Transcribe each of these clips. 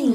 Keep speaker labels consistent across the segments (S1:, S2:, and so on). S1: 迎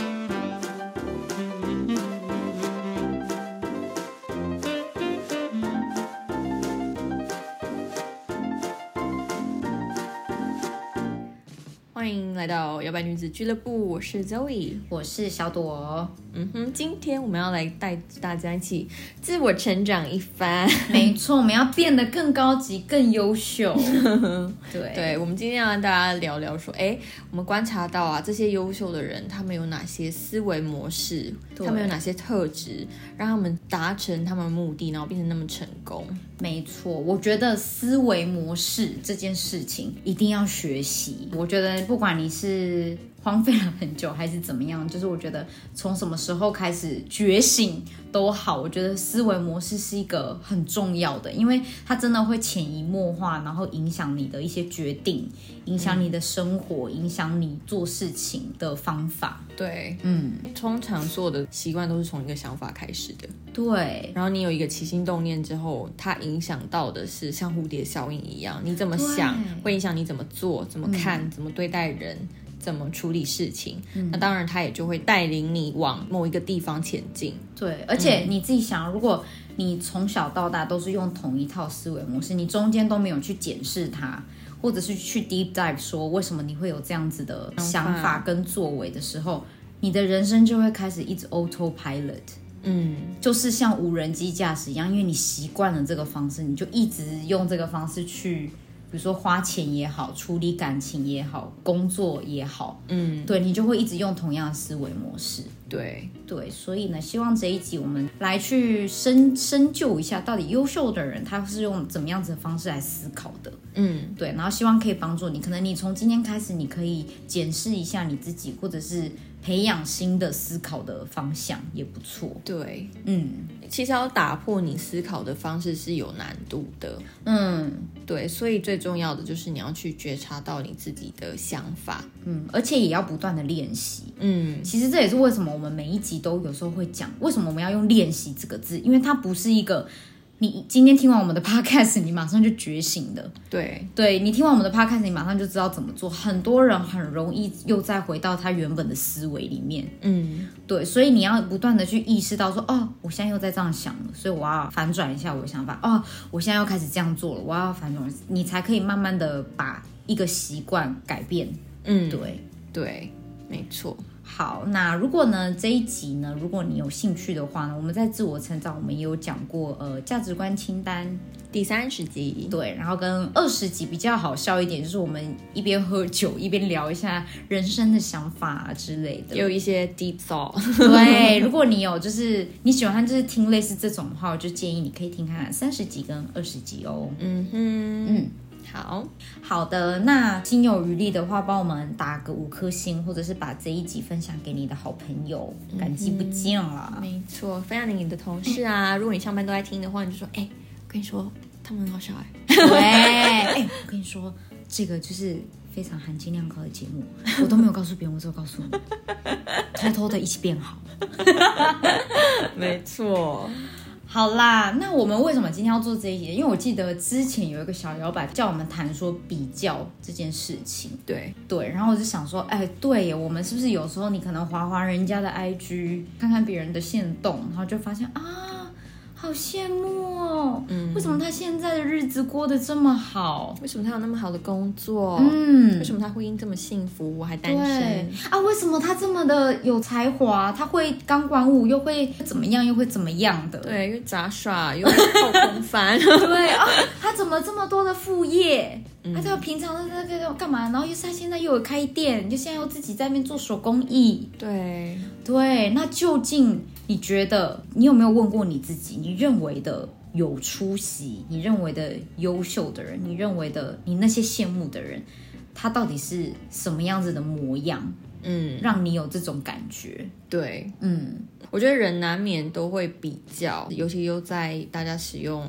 S2: 欢迎来到摇摆女子俱乐部，我是 Zoe。
S3: 我是小朵，
S2: 嗯哼，今天我们要来带大家一起自我成长一番。
S3: 没错，我们要变得更高级、更 优秀。对
S2: 对，我们今天要跟大家聊聊说，哎，我们观察到啊，这些优秀的人，他们有哪些思维模式，
S3: 对
S2: 他们有哪些特质，让他们达成他们的目的，然后变成那么成功。
S3: 没错，我觉得思维模式这件事情一定要学习。我觉得不管你是荒废了很久还是怎么样，就是我觉得从什么时候开始觉醒都好，我觉得思维模式是一个很重要的，因为它真的会潜移默化，然后影响你的一些决定，影响你的生活，影响你做事情的方法。
S2: 对，
S3: 嗯，
S2: 通常所有的习惯都是从一个想法开始的，
S3: 对。
S2: 然后你有一个起心动念之后，它影响到的是像蝴蝶效应一样，你怎么想
S3: 对嗯
S2: 会影响你怎么做、怎么看、怎么对待人、怎么处理事情。那当然，它也就会带领你往某一个地方前进。
S3: 对，而且你自己想，如果你从小到大都是用同一套思维模式，你中间都没有去检视它，或者是去 deep dive 说为什么你会有这样子的
S2: 想
S3: 想
S2: 法
S3: 法跟作为的时候，你的人生就会开始一直 autopilot，
S2: 嗯，
S3: 就是像无人机驾驶一样，因为你习惯了这个方式，你就一直用这个方式去，比如说花钱也好，处理感情也好，工作也好，嗯，对你就会一直用同样的思维模式。
S2: 对，
S3: 对，所以呢，希望这一集我们来去深深究一下，到底优秀的人他是用怎么样子的方式来思考的。
S2: 嗯，
S3: 对，然后希望可以帮助你，可能你从今天开始，你可以检视一下你自己，或者是培养新的思考的方向也不错。
S2: 对。
S3: 嗯
S2: 其实要打破你思考的方式是有难度的，
S3: 嗯
S2: 对，所以最重要的就是你要去觉察到你自己的想法。
S3: 嗯，而且也要不断的练习。
S2: 嗯，
S3: 其实这也是为什么我们每一集都有时候会讲，为什么我们要用练习这个字，因为它不是一个你今天听完我们的 podcast 你马上就觉醒的。
S2: 对，
S3: 对你听完我们的 podcast，你马上就知道怎么做。很多人很容易又再回到他原本的思维里面，
S2: 嗯，
S3: 对，所以你要不断的去意识到说，哦，我现在又在这样想了，所以我要反转一下我的想法。哦，我现在又开始这样做了，我要反转，你才可以慢慢的把一个习惯改变。
S2: 嗯，
S3: 对，
S2: 对，没错。
S3: 好，那如果呢这一集呢，如果你有兴趣的话呢，我们在自我成长，我们也有讲过呃价值观清单，
S2: 第三十集，
S3: 对，然后跟二十集比较好笑一点，就是我们一边喝酒一边聊一下人生的想法啊之类
S2: 也有
S3: 的。
S2: 一些 deep thought。
S3: 对，如果你有就是你喜欢就是听类似这种的话，我就建议你可以听看看三十集跟二十集哦。
S2: 嗯哼，
S3: 嗯，
S2: 好，
S3: 好的，那心有余力的话，帮我们打个五颗星，或者是把这一集分享给你的好朋友，感激不尽啦。
S2: 嗯没错，分享给你的同事啊。如果你上班都在听的话，你就说，哎、我跟你说，他们很好笑哎、
S3: 对，哎、我跟你说，这个就是非常含金量高的节目，我都没有告诉别人，我只有告诉你， 偷偷的一起变好。
S2: 没错，
S3: 好啦，那我们为什么今天要做这一集？因为我记得之前有一个小摇摆叫我们谈说比较这件事情，
S2: 对，
S3: 对，然后我就想说，哎，对耶，我们是不是有时候你可能划划人家的 IG，看看别人的线动，然后就发现啊，好羡慕哦，
S2: 嗯
S3: 为什么他现在的日子过得这么好？
S2: 为什么他有那么好的工作？
S3: 嗯
S2: 为什么他婚姻这么幸福？我还单
S3: 对
S2: 身。
S3: 啊，为什么他这么的有才华？他会钢管舞，又会怎么样，又会怎么样的？
S2: 对，又杂耍，又后空翻，
S3: 对啊，他怎么这么多的副业？他这个平常都在在干嘛？然后又是他现在又有开店，就现在又自己在那边做手工艺。
S2: 对，
S3: 对，那究竟你觉得你有没有问过你自己？你认为的有出息，你认为的优秀的人，你认为的你那些羡慕的人，他到底是什么样子的模样，
S2: 嗯，
S3: 让你有这种感觉？
S2: 对，
S3: 嗯。
S2: 我觉得人难免都会比较，尤其又在大家使用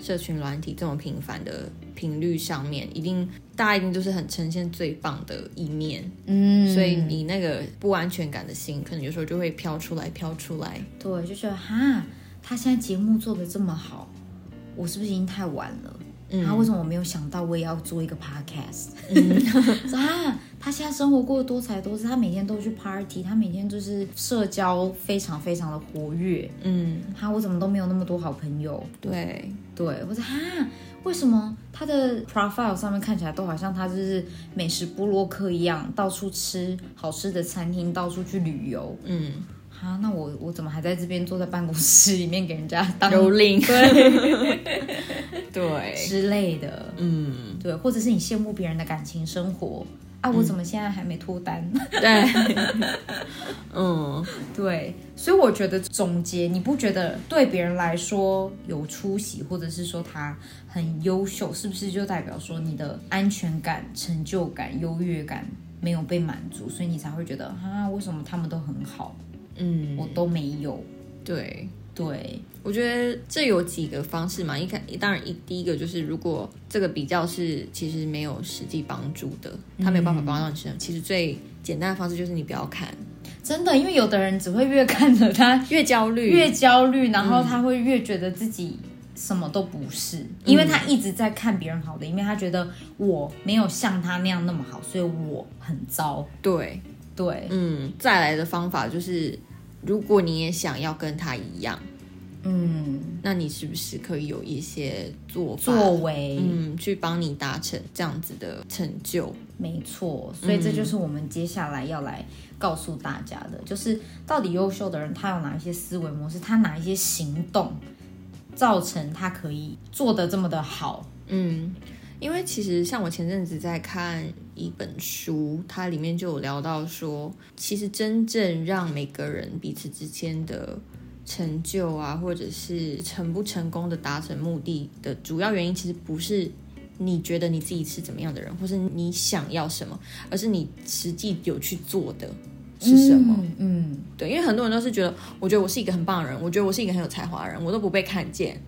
S2: 社群软体这么频繁的频率上面，一定大家一定就是很呈现最棒的一面，
S3: 嗯，
S2: 所以你那个不安全感的心，可能有时候就会飘出来，飘出来。
S3: 对，就觉得哈，他现在节目做的这么好，我是不是已经太晚了？啊，为什么我没有想到我也要做一个 podcast？、说 啊，他现在生活过得多彩多姿，他每天都去 party，他每天就是社交非常非常的活跃。
S2: 嗯，
S3: 他、我怎么都没有那么多好朋友？
S2: 对，
S3: 对，或者哈，为什么他的 profile 上面看起来都好像他就是美食部落客一样，到处吃好吃的餐厅，到处去旅游？
S2: 嗯，
S3: 哈，那我我怎么还在这边坐在办公室 里面给人家当
S2: 蹂躏，对，对，
S3: 之类的？
S2: 嗯，
S3: 对，或者是你羡慕别人的感情生活啊，我怎么现在还没脱单？
S2: 对，嗯，
S3: 对，所以我觉得总结，你不觉得对别人来说有出息，或者是说他很优秀，是不是就代表说你的安全感、成就感、优越感没有被满足，所以你才会觉得啊，为什么他们都很好，
S2: 嗯，
S3: 我都没有？
S2: 对。
S3: 对，
S2: 我觉得这有几个方式嘛，一开当然一第一个就是，如果这个比较是其实没有实际帮助的，他没有办法帮到你身上，其实最简单的方式就是你不要看，
S3: 真的，因为有的人只会越看着他
S2: 越焦虑
S3: 越焦虑，然后他会越觉得自己什么都不是，因为他一直在看别人好的一面，他觉得我没有像他那样那么好，所以我很糟。
S2: 对，
S3: 对，
S2: 嗯，再来的方法就是，如果你也想要跟他一样，
S3: 嗯，
S2: 那你是不是可以有一些做法
S3: 作为、
S2: 嗯，去帮你达成这样子的成就？
S3: 没错，所以这就是我们接下来要来告诉大家的，就是到底优秀的人他有哪一些思维模式，他哪一些行动造成他可以做的这么的好。
S2: 嗯，因为其实像我前阵子在看一本书，它里面就有聊到说，其实真正让每个人彼此之间的成就啊，或者是成不成功的达成目的的主要原因，其实不是。你觉得你自己是怎么样的人，或是你想要什么，而是你实际有去做的是什么？
S3: 嗯？嗯，
S2: 对，因为很多人都是觉得，我觉得我是一个很棒的人，我觉得我是一个很有才华的人，我都不被看见。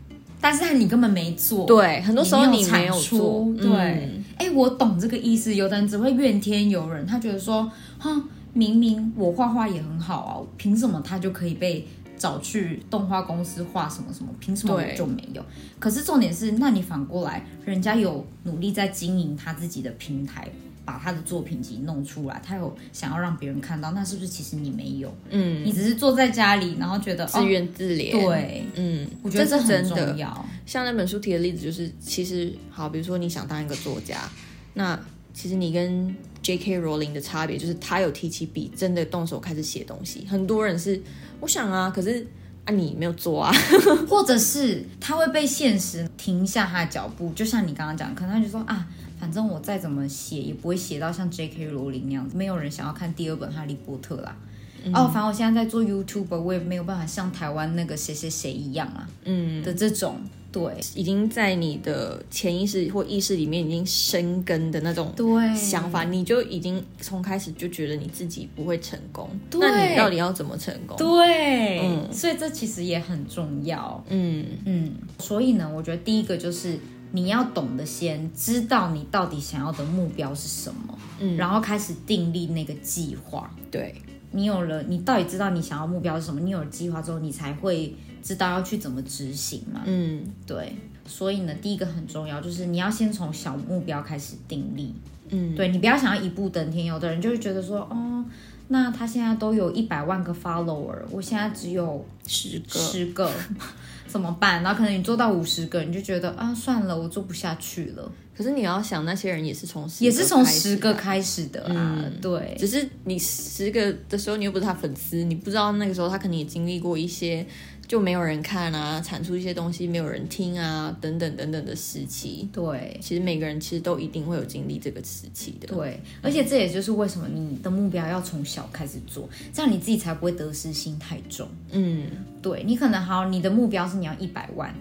S3: 但是你根本没做。
S2: 对，很多时候
S3: 你没有
S2: 你没有
S3: 产出
S2: 做，
S3: 对
S2: 嗯
S3: 哎、我懂这个意思。有的人只会怨天尤人，他觉得说，哼，明明我画画也很好啊，凭什么他就可以被找去动画公司画什么什么？凭什么我
S2: 对
S3: 就没有？可是重点是，那你反过来，人家有努力在经营他自己的平台，把他的作品集弄出来，他有想要让别人看到，那是不是其实你没有？
S2: 嗯，
S3: 你只是坐在家里，然后觉得
S2: 自
S3: 哦，
S2: 怨自怜。，
S3: 对，
S2: 嗯，
S3: 我觉得这
S2: 是
S3: 很
S2: 真
S3: 重
S2: 的。
S3: 要。
S2: 像那本书提的例子，就是其实好，比如说你想当一个作家，那其实你跟 J.K. Rowling 的差别就是，他有提起笔，真的动手开始写东西。很多人是我想啊，可是啊你没有做啊，
S3: 或者是他会被现实停下他的脚步，就像你刚刚讲，可能他就说啊，反正我再怎么写也不会写到像 J.K. 罗琳那样子，没有人想要看第二本《哈利波特》啦。
S2: 嗯
S3: 哦，反正我现在在做 YouTube，我也没有办法像台湾那个谁谁谁一样啊
S2: 嗯，
S3: 的这种，对
S2: 已经在你的潜意识或意识里面已经生根的那种
S3: 对
S2: 想法，你就已经从开始就觉得你自己不会成功。
S3: 对
S2: 那你到底要怎么成功？
S3: 对，
S2: 嗯
S3: 所以这其实也很重要。
S2: 嗯
S3: 嗯，所以呢，我觉得第一个就是你要懂得先知道你到底想要的目标是什么，
S2: 嗯
S3: 然后开始订立那个计划。
S2: 对，
S3: 你有了，你到底知道你想要目标是什么？你有了计划之后，你才会知道要去怎么执行嘛。
S2: 嗯
S3: 对，所以呢，第一个很重要，就是你要先从小目标开始定立。
S2: 嗯，
S3: 对你不要想要一步登天。有的人就会觉得说，哦，那他现在都有一百万个 follower，我现在只有
S2: 十个，
S3: 十个， 怎么办？然后可能你做到五十个，你就觉得啊，算了，我做不下去了。
S2: 可是你要想，那些人也是从10
S3: 也是从
S2: 开始
S3: 十个
S2: 的，
S3: 开始的啊，对，
S2: 只是你十个的时候，你又不是他粉丝，你不知道那个时候他可能也经历过一些就没有人看啊，产出一些东西没有人听啊，等等等等的时期。
S3: 对。
S2: 其实每个人其实都一定会有经历这个时期的。
S3: 对，而且这也就是为什么你的目标要从小开始做，这样你自己才不会得失心太重。
S2: 嗯
S3: 对你可能好，你的目标是你要一百万，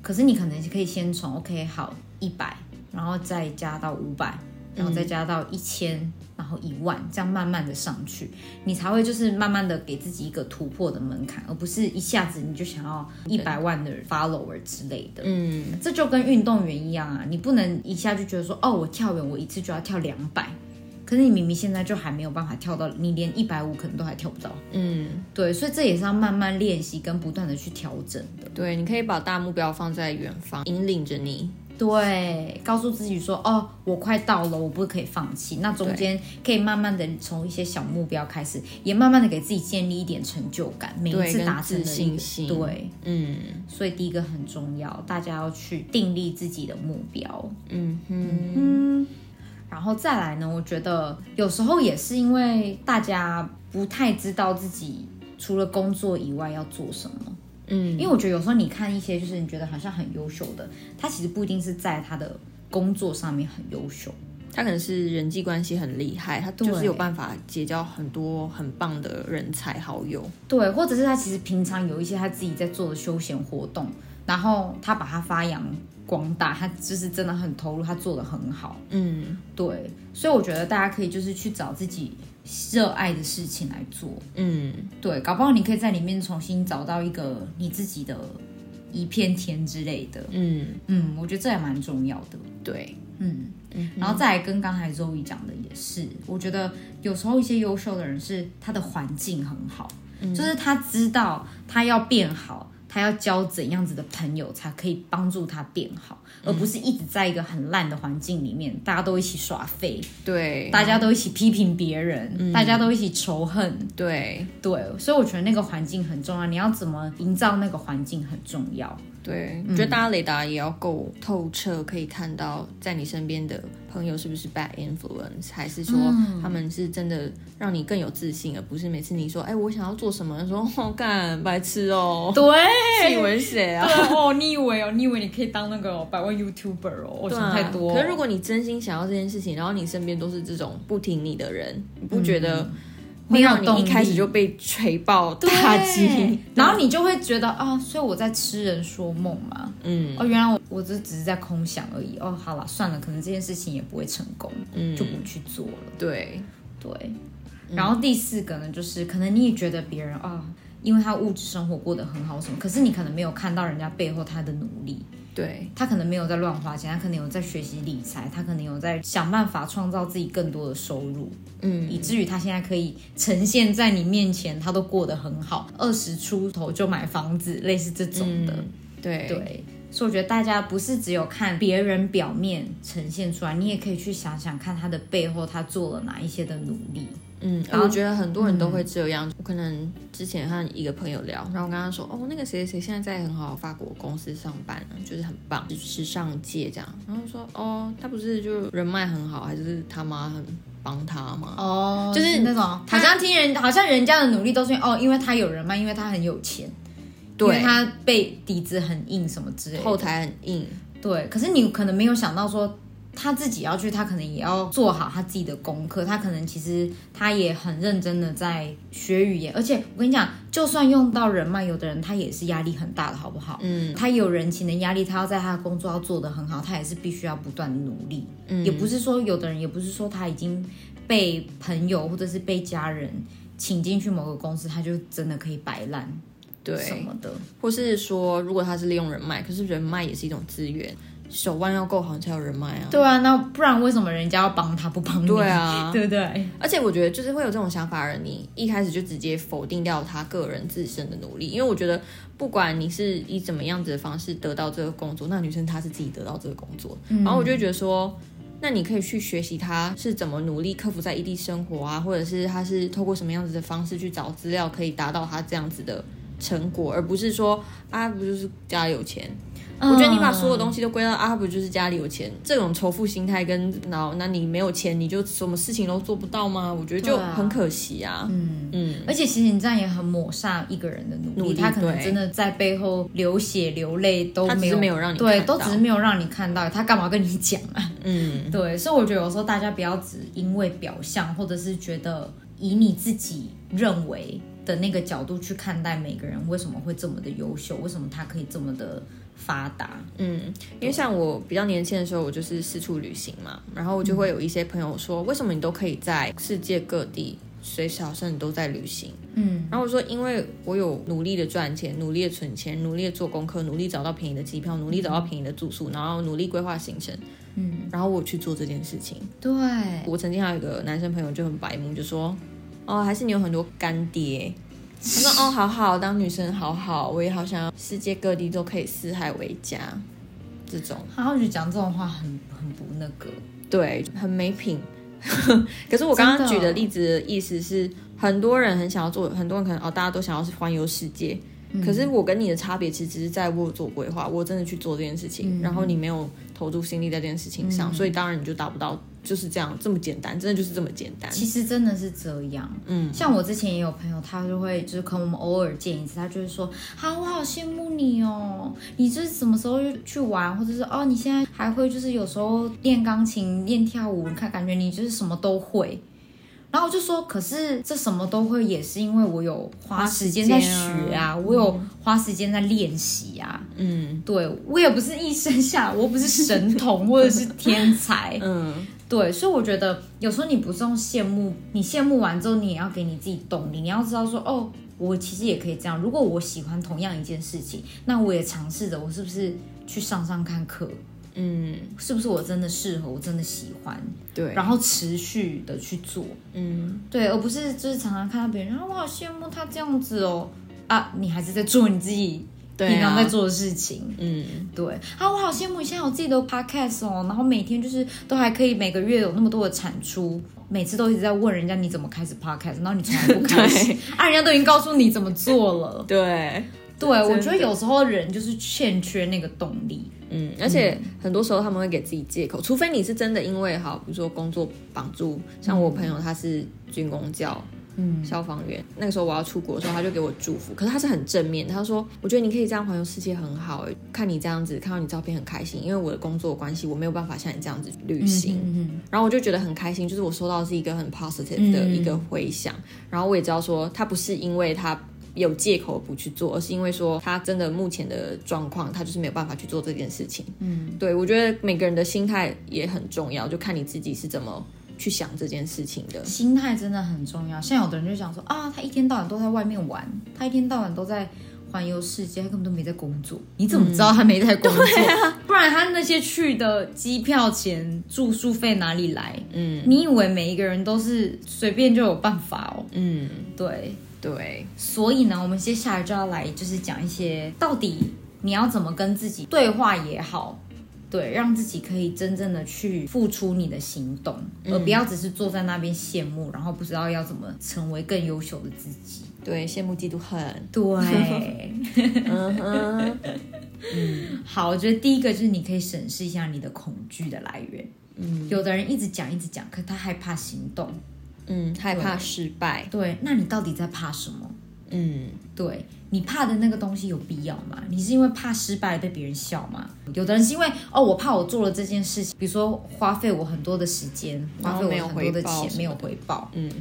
S3: 可是你可能可以先从 OK 好一百，然后再加到五百，然后再加到一千，然后一万，这样慢慢的上去，你才会就是慢慢的给自己一个突破的门槛，而不是一下子你就想要一百万的 follower 之类的。
S2: 嗯，
S3: 这就跟运动员一样啊，你不能一下就觉得说，哦，我跳远我一次就要跳两百，可是你明明现在就还没有办法跳到，你连一百五可能都还跳不到。
S2: 嗯，
S3: 对，所以这也是要慢慢练习跟不断的去调整的。
S2: 对，你可以把大目标放在远方，引领着你。
S3: 对，告诉自己说，哦，我快到了，我不可以放弃。那中间可以慢慢的从一些小目标开始，也慢慢的给自己建立一点成就感，每一
S2: 对
S3: 次
S2: 跟
S3: 达成
S2: 自
S3: 的
S2: 信
S3: 一个
S2: 心
S3: 对，
S2: 嗯
S3: 所以第一个很重要，大家要去订立自己的目标。
S2: 嗯哼，
S3: 嗯，然后再来呢，我觉得有时候也是因为大家不太知道自己除了工作以外要做什么。
S2: 嗯
S3: 因为我觉得有时候你看一些就是你觉得好像很优秀的，他其实不一定是在他的工作上面很优秀。
S2: 他可能是人际关系很厉害，他就是
S3: 对
S2: 有办法结交很多很棒的人才好友。
S3: 对，或者是他其实平常有一些他自己在做的休闲活动，然后他把它发扬光大，他就是真的很投入，他做的很好。
S2: 嗯
S3: 对，所以我觉得大家可以就是去找自己热爱的事情来做。
S2: 嗯，
S3: 对，搞不好你可以在里面重新找到一个你自己的一片天之类的。
S2: 嗯，
S3: 嗯，我觉得这也蛮重要的。
S2: 对，
S3: 嗯，然后再来跟刚才 Zoe 讲的也是，我觉得有时候一些优秀的人是他的环境很好，就是他知道他要变好，他要交怎样子的朋友才可以帮助他变好，而不是一直在一个很烂的环境里面，大家都一起耍废，
S2: 对，
S3: 大家都一起批评别人，大家都一起仇恨。
S2: 对，
S3: 对，所以我觉得那个环境很重要，你要怎么营造那个环境很重要。
S2: 对，我觉得大家雷达也要够透彻，可以看到在你身边的朋友是不是 bad influence，还是说他们是真的让你更有自信，而不是每次你说，哎，我想要做什么，说 哦，干白痴 哦，
S3: 对
S2: 你以为谁啊？
S3: 对哦，你以为哦，你以为你可以当那个哦百万 YouTuber 哦？我
S2: 对
S3: 想
S2: 啊
S3: 太多哦、
S2: 可是如果你真心想要这件事情，然后你身边都是这种不听你的人，你不觉得嗯会让
S3: 没有动
S2: 你一
S3: 力
S2: 开始就被锤爆
S3: 对
S2: 打击？
S3: 然后你就会觉得啊、所以我在痴人说梦嘛。
S2: 嗯
S3: 哦，原来我我这只是在空想而已。哦，好了，算了，可能这件事情也不会成功，
S2: 嗯
S3: 就，不去做了。
S2: 对，嗯
S3: 对，然后第四个呢，就是可能你也觉得别人啊、因为他物质生活过得很好什么，可是你可能没有看到人家背后他的努力。
S2: 对，
S3: 他可能没有在乱花钱，他可能有在学习理财，他可能有在想办法创造自己更多的收入，
S2: 嗯，
S3: 以至于他现在可以呈现在你面前，他都过得很好，二十出头就买房子，类似这种的。
S2: 嗯对，
S3: 对，所以我觉得大家不是只有看别人表面呈现出来，你也可以去想想看他的背后，他做了哪一些的努力。
S2: 嗯，
S3: 然
S2: 我
S3: 后嗯
S2: 觉得很多人都会这样。我可能之前和一个朋友聊，然后我跟他说，哦，那个谁谁谁现在在很好的法国公司上班，啊就是很棒，就是时尚界这样。然后说，哦，他不是就人脉很好，还是他妈很帮他吗？
S3: 哦
S2: 就
S3: 就是是那种好
S2: 他
S3: 像听人，好像人家的努力都是因为哦，因为他有人脉，因为他很有钱，因为
S2: 对，
S3: 他被底子很硬什么之类的。
S2: 后台很硬，
S3: 对，可是你可能没有想到说。他自己要去，他可能也要做好他自己的功课。他可能其实他也很认真的在学语言，而且我跟你讲，就算用到人脉，有的人他也是压力很大的，好不好？
S2: 嗯
S3: 他有人情的压力，他要在他的工作要做得很好，他也是必须要不断的努力。
S2: 嗯，
S3: 也不是说有的人，也不是说他已经被朋友或者是被家人请进去某个公司，他就真的可以摆烂什
S2: 对，
S3: 么的。
S2: 或是说，如果他是利用人脉，可是人脉也是一种资源，手腕要够好你才有人脉啊。
S3: 对啊，那不然为什么人家要帮他不帮你？
S2: 对啊
S3: 对不对？
S2: 而且我觉得，就是会有这种想法的人，你一开始就直接否定掉他个人自身的努力，因为我觉得，不管你是以怎么样子的方式得到这个工作，那女生她是自己得到这个工作，然后我就会觉得说。那你可以去学习她是怎么努力克服在异地生活啊，或者是她是透过什么样子的方式去找资料，可以达到她这样子的成果，而不是说啊，不就是家里有钱，我觉得
S3: 嗯
S2: 你把所有东西都归到啊，不就是家里有钱这种仇富心态跟然后，那你没有钱你就什么事情都做不到吗？我觉得就
S3: 对啊
S2: 很可惜啊。嗯嗯，
S3: 而且其实你这样也很抹杀一个人的努力，
S2: 努力
S3: 他可能
S2: 对
S3: 真的在背后流血流泪都
S2: 他只
S3: 没
S2: 是
S3: 有，
S2: 没有让你
S3: 对，
S2: 看到
S3: 都只是没有让你看到，他干嘛跟你讲啊？
S2: 嗯
S3: 对，所以我觉得有时候大家不要只因为表象，或者是觉得以你自己认为的那个角度去看待每个人为什么会这么的优秀，为什么他可以这么的发达？
S2: 嗯，因为像我比较年轻的时候，我就是四处旅行嘛，然后我就会有一些朋友说，为什么你都可以在世界各地随时好像你都在旅行？
S3: 嗯，
S2: 然后我说，因为我有努力的赚钱，努力的存钱，努力的做功课，努力找到便宜的机票，努力找到便宜的住宿，然后努力规划行程。嗯，然后我去做这件事情。
S3: 对，
S2: 我曾经还有一个男生朋友就很白目，就说：“哦，还是你有很多干爹。”他说：“哦，好好，当女生好好，我也好想要世界各地都可以四海为家。”这种
S3: 然后我觉得讲这种话很很不那个，
S2: 对，很没品。 可是我刚刚
S3: 真的
S2: 举的例子的意思是，很多人很想要做，很多人可能哦，大家都想要是环游世界。
S3: 嗯
S2: 可是我跟你的差别，其实只是在我有做规划，我真的去做这件事
S3: 嗯
S2: 情，然后你没有投注心力在这件事情上，所以当然你就达不到，就是这样这么简单，真的就是这么简单。
S3: 其实真的是这样。嗯，像我之前也有朋友，他就会就是可能我们偶尔见一次，他就会说：“好，我好羡慕你哦，你就是什么时候就去玩，或者是哦，你现在还会就是有时候练钢琴、练跳舞，你看感觉你就是什么都会。”然后我就说：“可是这什么都会，也是因为我有花时间在
S2: 花
S3: 学
S2: 时间啊
S3: 啊，我有花时间在练习啊。
S2: 嗯
S3: 对我也不是一生下来，我不是神童或者是天才，
S2: 嗯，
S3: 对，所以我觉得有时候你不是用羡慕，你羡慕完之后，你也要给你自己动力，你要知道说，哦，我其实也可以这样。如果我喜欢同样一件事情，那我也尝试着，我是不是去上上看课，
S2: 嗯，
S3: 是不是我真的适合，我真的喜欢，
S2: 对，
S3: 然后持续的去做，
S2: 嗯，
S3: 对，而不是就是常常看到别人，啊，我好羡慕他这样子哦，啊，你还是在做你自己
S2: 对、啊，
S3: 平常在，做的事情。
S2: 嗯，
S3: 对啊，我好羡慕你现在有自己的 podcast 哦，然后每天就是都还可以每个月有那么多的产出，每次都一直在问人家你怎么开始 podcast，然后你从来不开 始啊，人家都已经告诉你怎么做了。
S2: 对，
S3: 对，我觉得有时候人就是欠缺那个动力。
S2: 嗯，而且很多时候他们会给自己借口，除非你是真的因为好，比如说工作绑住，像我朋友他是军工教。嗯，消防员那个时候我要出国的时候，他就给我祝福，可是他是很正面，他说：“我觉得你可以这样环游世界很好、欸，看你这样子，看到你照片很开心，因为我的工作的关系，我没有办法像你这样子旅行。
S3: 嗯
S2: 然后我就觉得很开心，就是我收到的是一个很 positive 的一个
S3: 嗯
S2: 回响。然后我也知道说，他不是因为他有借口不去做，而是因为说他真的目前的状况，他就是没有办法去做这件事情。嗯，对，我觉得每个人的心态也很重要，就看你自己是怎么去想这件事情的。
S3: 心态真的很重要。像有的人就想说啊，他一天到晚都在外面玩，他一天到晚都在环游世界，他根本都没在工作。你怎么知道他没在工作？ 不然他那些去的机票钱、住宿费哪里来？
S2: 嗯
S3: 你以为每一个人都是随便就有办法哦？
S2: 嗯，
S3: 对，
S2: 对，
S3: 所以呢，我们接下来就要来就是讲一些到底你要怎么跟自己对话也好，对，让自己可以真正的去付出你的行动，而不要只是坐在那边羡慕，然后不知道要怎么成为更优秀的自己。
S2: 对，羡慕嫉妒恨。
S3: 对，
S2: 嗯哼，
S3: 好，我觉得第一个就是你可以审视一下你的恐惧的来源。嗯，有的人一直讲一直讲，可他害怕行动。
S2: 嗯，害怕失败。
S3: 对，那你到底在怕什么？
S2: 嗯
S3: 对你怕的那个东西有必要吗？你是因为怕失败被别人笑吗？有的人是因为哦，我怕我做了这件事情，比如说花费我很多的时间，
S2: 然
S3: 花费
S2: 后哦没有
S3: 我很多的
S2: 回报
S3: 钱，
S2: 什
S3: 没有
S2: 么
S3: 回报。
S2: 嗯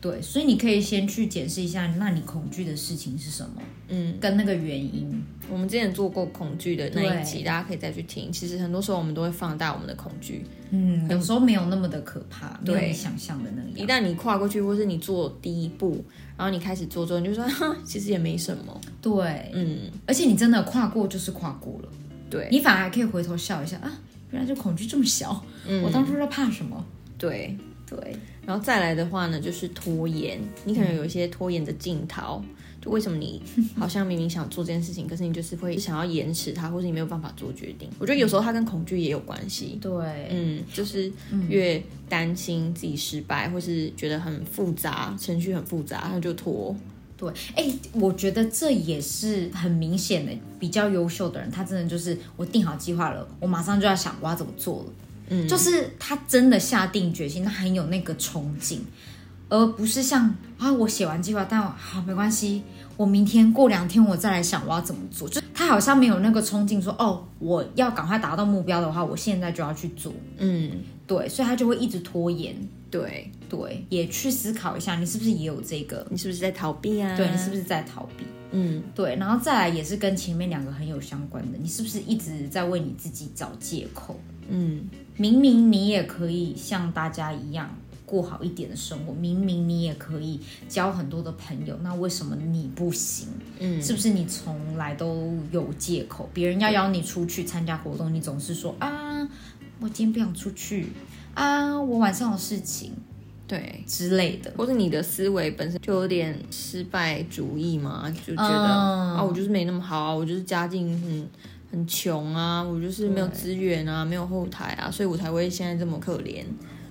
S3: 对，所以你可以先去检视一下，那你恐惧的事情是什么，
S2: 嗯。
S3: 跟那个原因。
S2: 我们之前做过恐惧的那一集，
S3: 对
S2: 大家可以再去听。其实很多时候我们都会放大我们的恐惧，
S3: 嗯，有时候没有那么的可怕，没有
S2: 对
S3: 你想象的那
S2: 一
S3: 样。
S2: 旦你跨过去，或是你做第一步，然后你开始做之后，你就说， 哈，其实也没什么。
S3: 对，
S2: 嗯，
S3: 而且你真的跨过就是跨过了，
S2: 对
S3: 你反而还可以回头笑一下啊，原来这恐惧这么小，
S2: 嗯
S3: 我当初在怕什么？
S2: 对。
S3: 对，
S2: 然后再来的话呢，就是拖延。你可能有一些拖延的镜头，就为什么你好像明明想做这件事情，可是你就是会想要延迟它，或是你没有办法做决定。我觉得有时候它跟恐惧也有关系。
S3: 对，
S2: 嗯，就是越担心自己失败，或是觉得很复杂，程序很复杂，那就拖。
S3: 对，哎、我觉得这也是很明显的，比较优秀的人，他真的就是我定好计划了，我马上就要想我要怎么做了，嗯，就是他真的下定决心，他很有那个憧憬，而不是像啊，我写完计划，但好、没关系，我明天过两天我再来想我要怎么做，就他好像没有那个冲劲说，哦，我要赶快达到目标的话，我现在就要去做，
S2: 嗯，
S3: 对，所以他就会一直拖延，
S2: 对，
S3: 对，也去思考一下，你是不是也有这个，
S2: 你是不是在逃避啊？
S3: 对你是不是在逃避？
S2: 嗯，
S3: 对，然后再来也是跟前面两个很有相关的，你是不是一直在为你自己找借口？
S2: 嗯，
S3: 明明你也可以像大家一样过好一点的生活，明明你也可以交很多的朋友，那为什么你不行？
S2: 嗯
S3: 是不是你从来都有借口？别人要邀你出去参加活动，你总是说啊，我今天不想出去啊，我晚上有事情
S2: 对，
S3: 之类的。
S2: 或者你的思维本身就有点失败主义嘛，就觉得、
S3: 嗯
S2: 啊，我就是没那么好啊，我就是家境很很穷啊，我就是没有资源啊，没有后台啊，所以我才会现在这么可怜。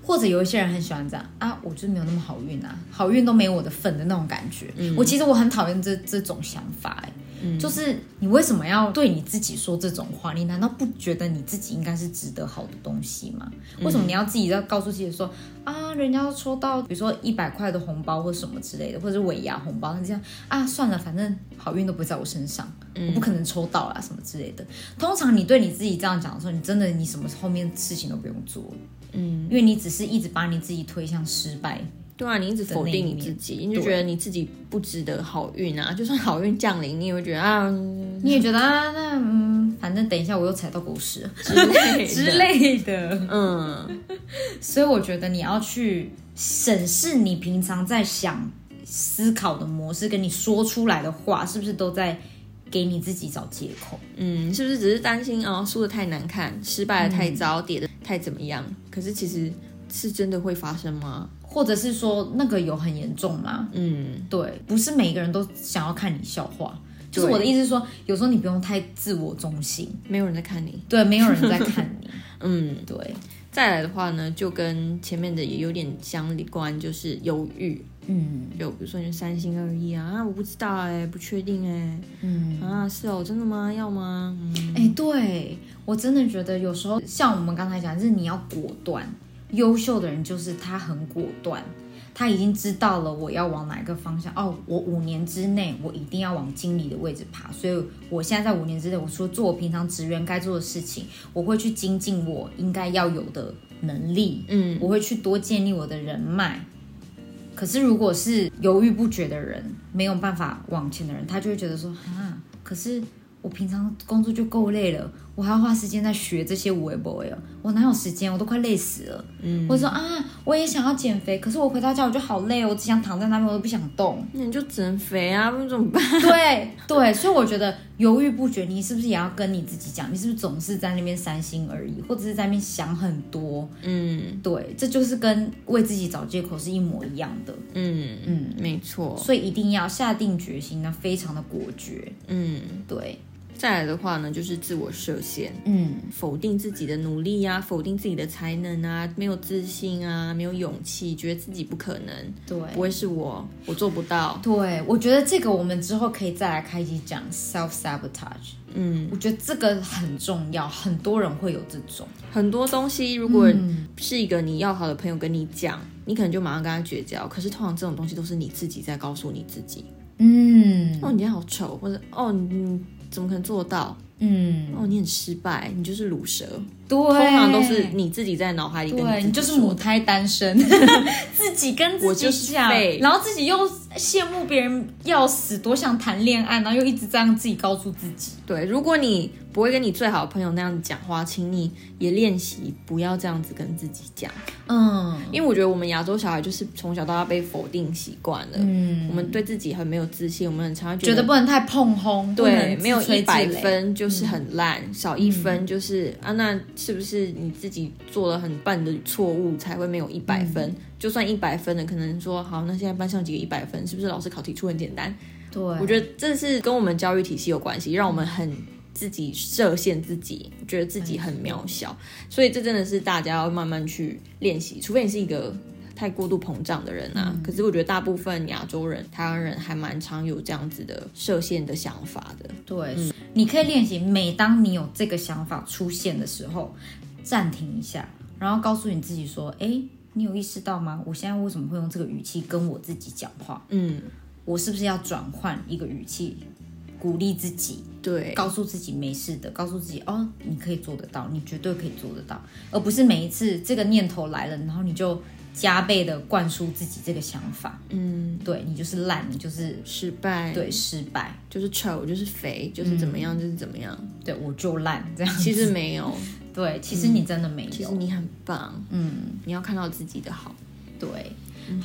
S3: 或者有一些人很喜欢这样啊，我就是没有那么好运啊，好运都没我的份的那种感觉。我其实我很讨厌这这种想法、欸，就是你为什么要对你自己说这种话？你难道不觉得你自己应该是值得好的东西吗？为什么你要自己要告诉自己说啊，人家抽到比如说一百块的红包或什么之类的，或者是尾牙红包，那这样啊算了，反正好运都不会在我身上，我不可能抽到啊啦什么之类的。通常你对你自己这样讲的时候，你真的你什么后面事情都不用做了因为你只是一直把你自己推向失败。
S2: 对啊，你一直否定你自己，你就觉得你自己不值得好运 啊。就算好运降临，你也会觉得啊嗯
S3: 你也觉得啊，那嗯，反正等一下我又踩到狗屎了
S2: 之类 的
S3: 之。类的。
S2: 嗯，
S3: 所以我觉得你要去审视你平常在想、思考的模式，跟你说出来的话，是不是都在给你自己找借口？
S2: 嗯，是不是只是担心哦，输的太难看，失败的太糟，跌的太怎么样？可是其实是真的会发生吗？
S3: 或者是说那个有很严重吗？
S2: 嗯，
S3: 对，不是每个人都想要看你笑话。就是
S2: 对
S3: 我的意思是说，有时候你不用太自我中心，
S2: 没有人在看你。
S3: 对，没有人在看你，
S2: 嗯，
S3: 对，
S2: 再来的话呢，就跟前面的也有点相关，就是犹豫。
S3: 嗯
S2: 就比如说你三心二意啊，啊我不知道哎、不确定哎、
S3: 嗯。
S2: 啊是哦，真的吗？要吗？嗯，
S3: 哎、对我真的觉得有时候像我们刚才讲，是你要果断。优秀的人就是他很果断，他已经知道了我要往哪个方向。哦，我五年之内我一定要往经理的位置爬，所以我现在在五年之内，我除了做我平常职员该做的事情，我会去精进我应该要有的能力，
S2: 嗯，
S3: 我会去多建立我的人脉。可是如果是犹豫不决的人，没有办法往前的人，他就会觉得说啊，可是我平常工作就够累了，我还要花时间在学这些无为 boy 哦，我哪有时间？我都快累死了。嗯，或者说啊，我也想要减肥，可是我回到家我就好累哦，我只想躺在那边，我都不想动。
S2: 那你就只能肥啊，不然怎么办？
S3: 对对，所以我觉得犹豫不决，你是不是也要跟你自己讲？你是不是总是在那边三心二意，或者是在那边想很多？
S2: 嗯
S3: 对，这就是跟为自己找借口是一模一样的。
S2: 嗯嗯，没错。
S3: 所以一定要下定决心，那非常的果决。
S2: 嗯，
S3: 对，
S2: 再来的话呢，就是自我设限，
S3: 嗯
S2: 否定自己的努力啊，否定自己的才能啊，没有自信啊，没有勇气，觉得自己不可能，
S3: 对。
S2: 不会是我，我做不到。
S3: 对，我觉得这个我们之后可以再来开一集讲 self sabotage。
S2: 嗯，
S3: 我觉得这个很重要，很多人会有这种。
S2: 很多东西如果
S3: 嗯
S2: 是一个你要好的朋友跟你讲，你可能就马上跟他绝交。可是通常这种东西都是你自己在告诉你自己，
S3: 嗯
S2: 哦，你今天好丑，或者哦，你你怎么可能做得到？
S3: 嗯，
S2: 哦，你很失败，你就是卤蛇。
S3: 对，
S2: 通常都是你自己在脑海里跟
S3: 对
S2: 自
S3: 你
S2: 己
S3: 就是
S2: 说
S3: 母胎单身，自己跟
S2: 我
S3: 自
S2: 就
S3: 己
S2: 是
S3: 讲
S2: 废，
S3: 然后自己又羡慕别人要死，多想谈恋爱，然后又一直这样自己告诉自己。
S2: 对，如果你不会跟你最好的朋友那样子讲话，请你也练习不要这样子跟自己讲，
S3: 嗯
S2: 因为我觉得我们亚洲小孩就是从小到大被否定习惯了，
S3: 嗯，
S2: 我们对自己很没有自信，我们很常会
S3: 觉得不能太碰轰，不
S2: 对
S3: 能，自
S2: 没有
S3: 吹
S2: 一
S3: 自
S2: 百
S3: 擂。嗯
S2: 分就是很烂，少一分就是、啊，那是不是你自己做了很笨的错误才会没有一
S3: 嗯
S2: 百分？就算一百分的，可能说好，那现在班上几个一百分，是不是老师考题出很简单？
S3: 对，嗯
S2: 我觉得这是跟我们教育体系有关系，让我们很自己设限自己，觉得自己很渺小，所以这真的是大家要慢慢去练习，除非你是一个。太过度膨胀的人啊，
S3: 嗯
S2: 可是我觉得大部分亚洲人、台湾人还蛮常有这样子的设限的想法的。
S3: 对，
S2: 嗯
S3: 你可以练习，每当你有这个想法出现的时候，暂停一下，然后告诉你自己说：“哎，你有意识到吗？我现在为什么会用这个语气跟我自己讲话？
S2: 嗯，
S3: 我是不是要转换一个语气，鼓励自己，
S2: 对，
S3: 告诉自己没事的，告诉自己哦，你可以做得到，你绝对可以做得到，而不是每一次这个念头来了，然后你就加倍的灌输自己这个想法。
S2: 嗯，
S3: 对你就是烂，你就是
S2: 失败，，
S3: 对失败，
S2: 就是丑，就是肥，就是怎么样，就是怎么样。
S3: 对我就烂这样。
S2: 其实没 有，
S3: 嗯对，其实你真的没有。
S2: 其实你很棒，
S3: 嗯，
S2: 你要看到自己的好。
S3: 对。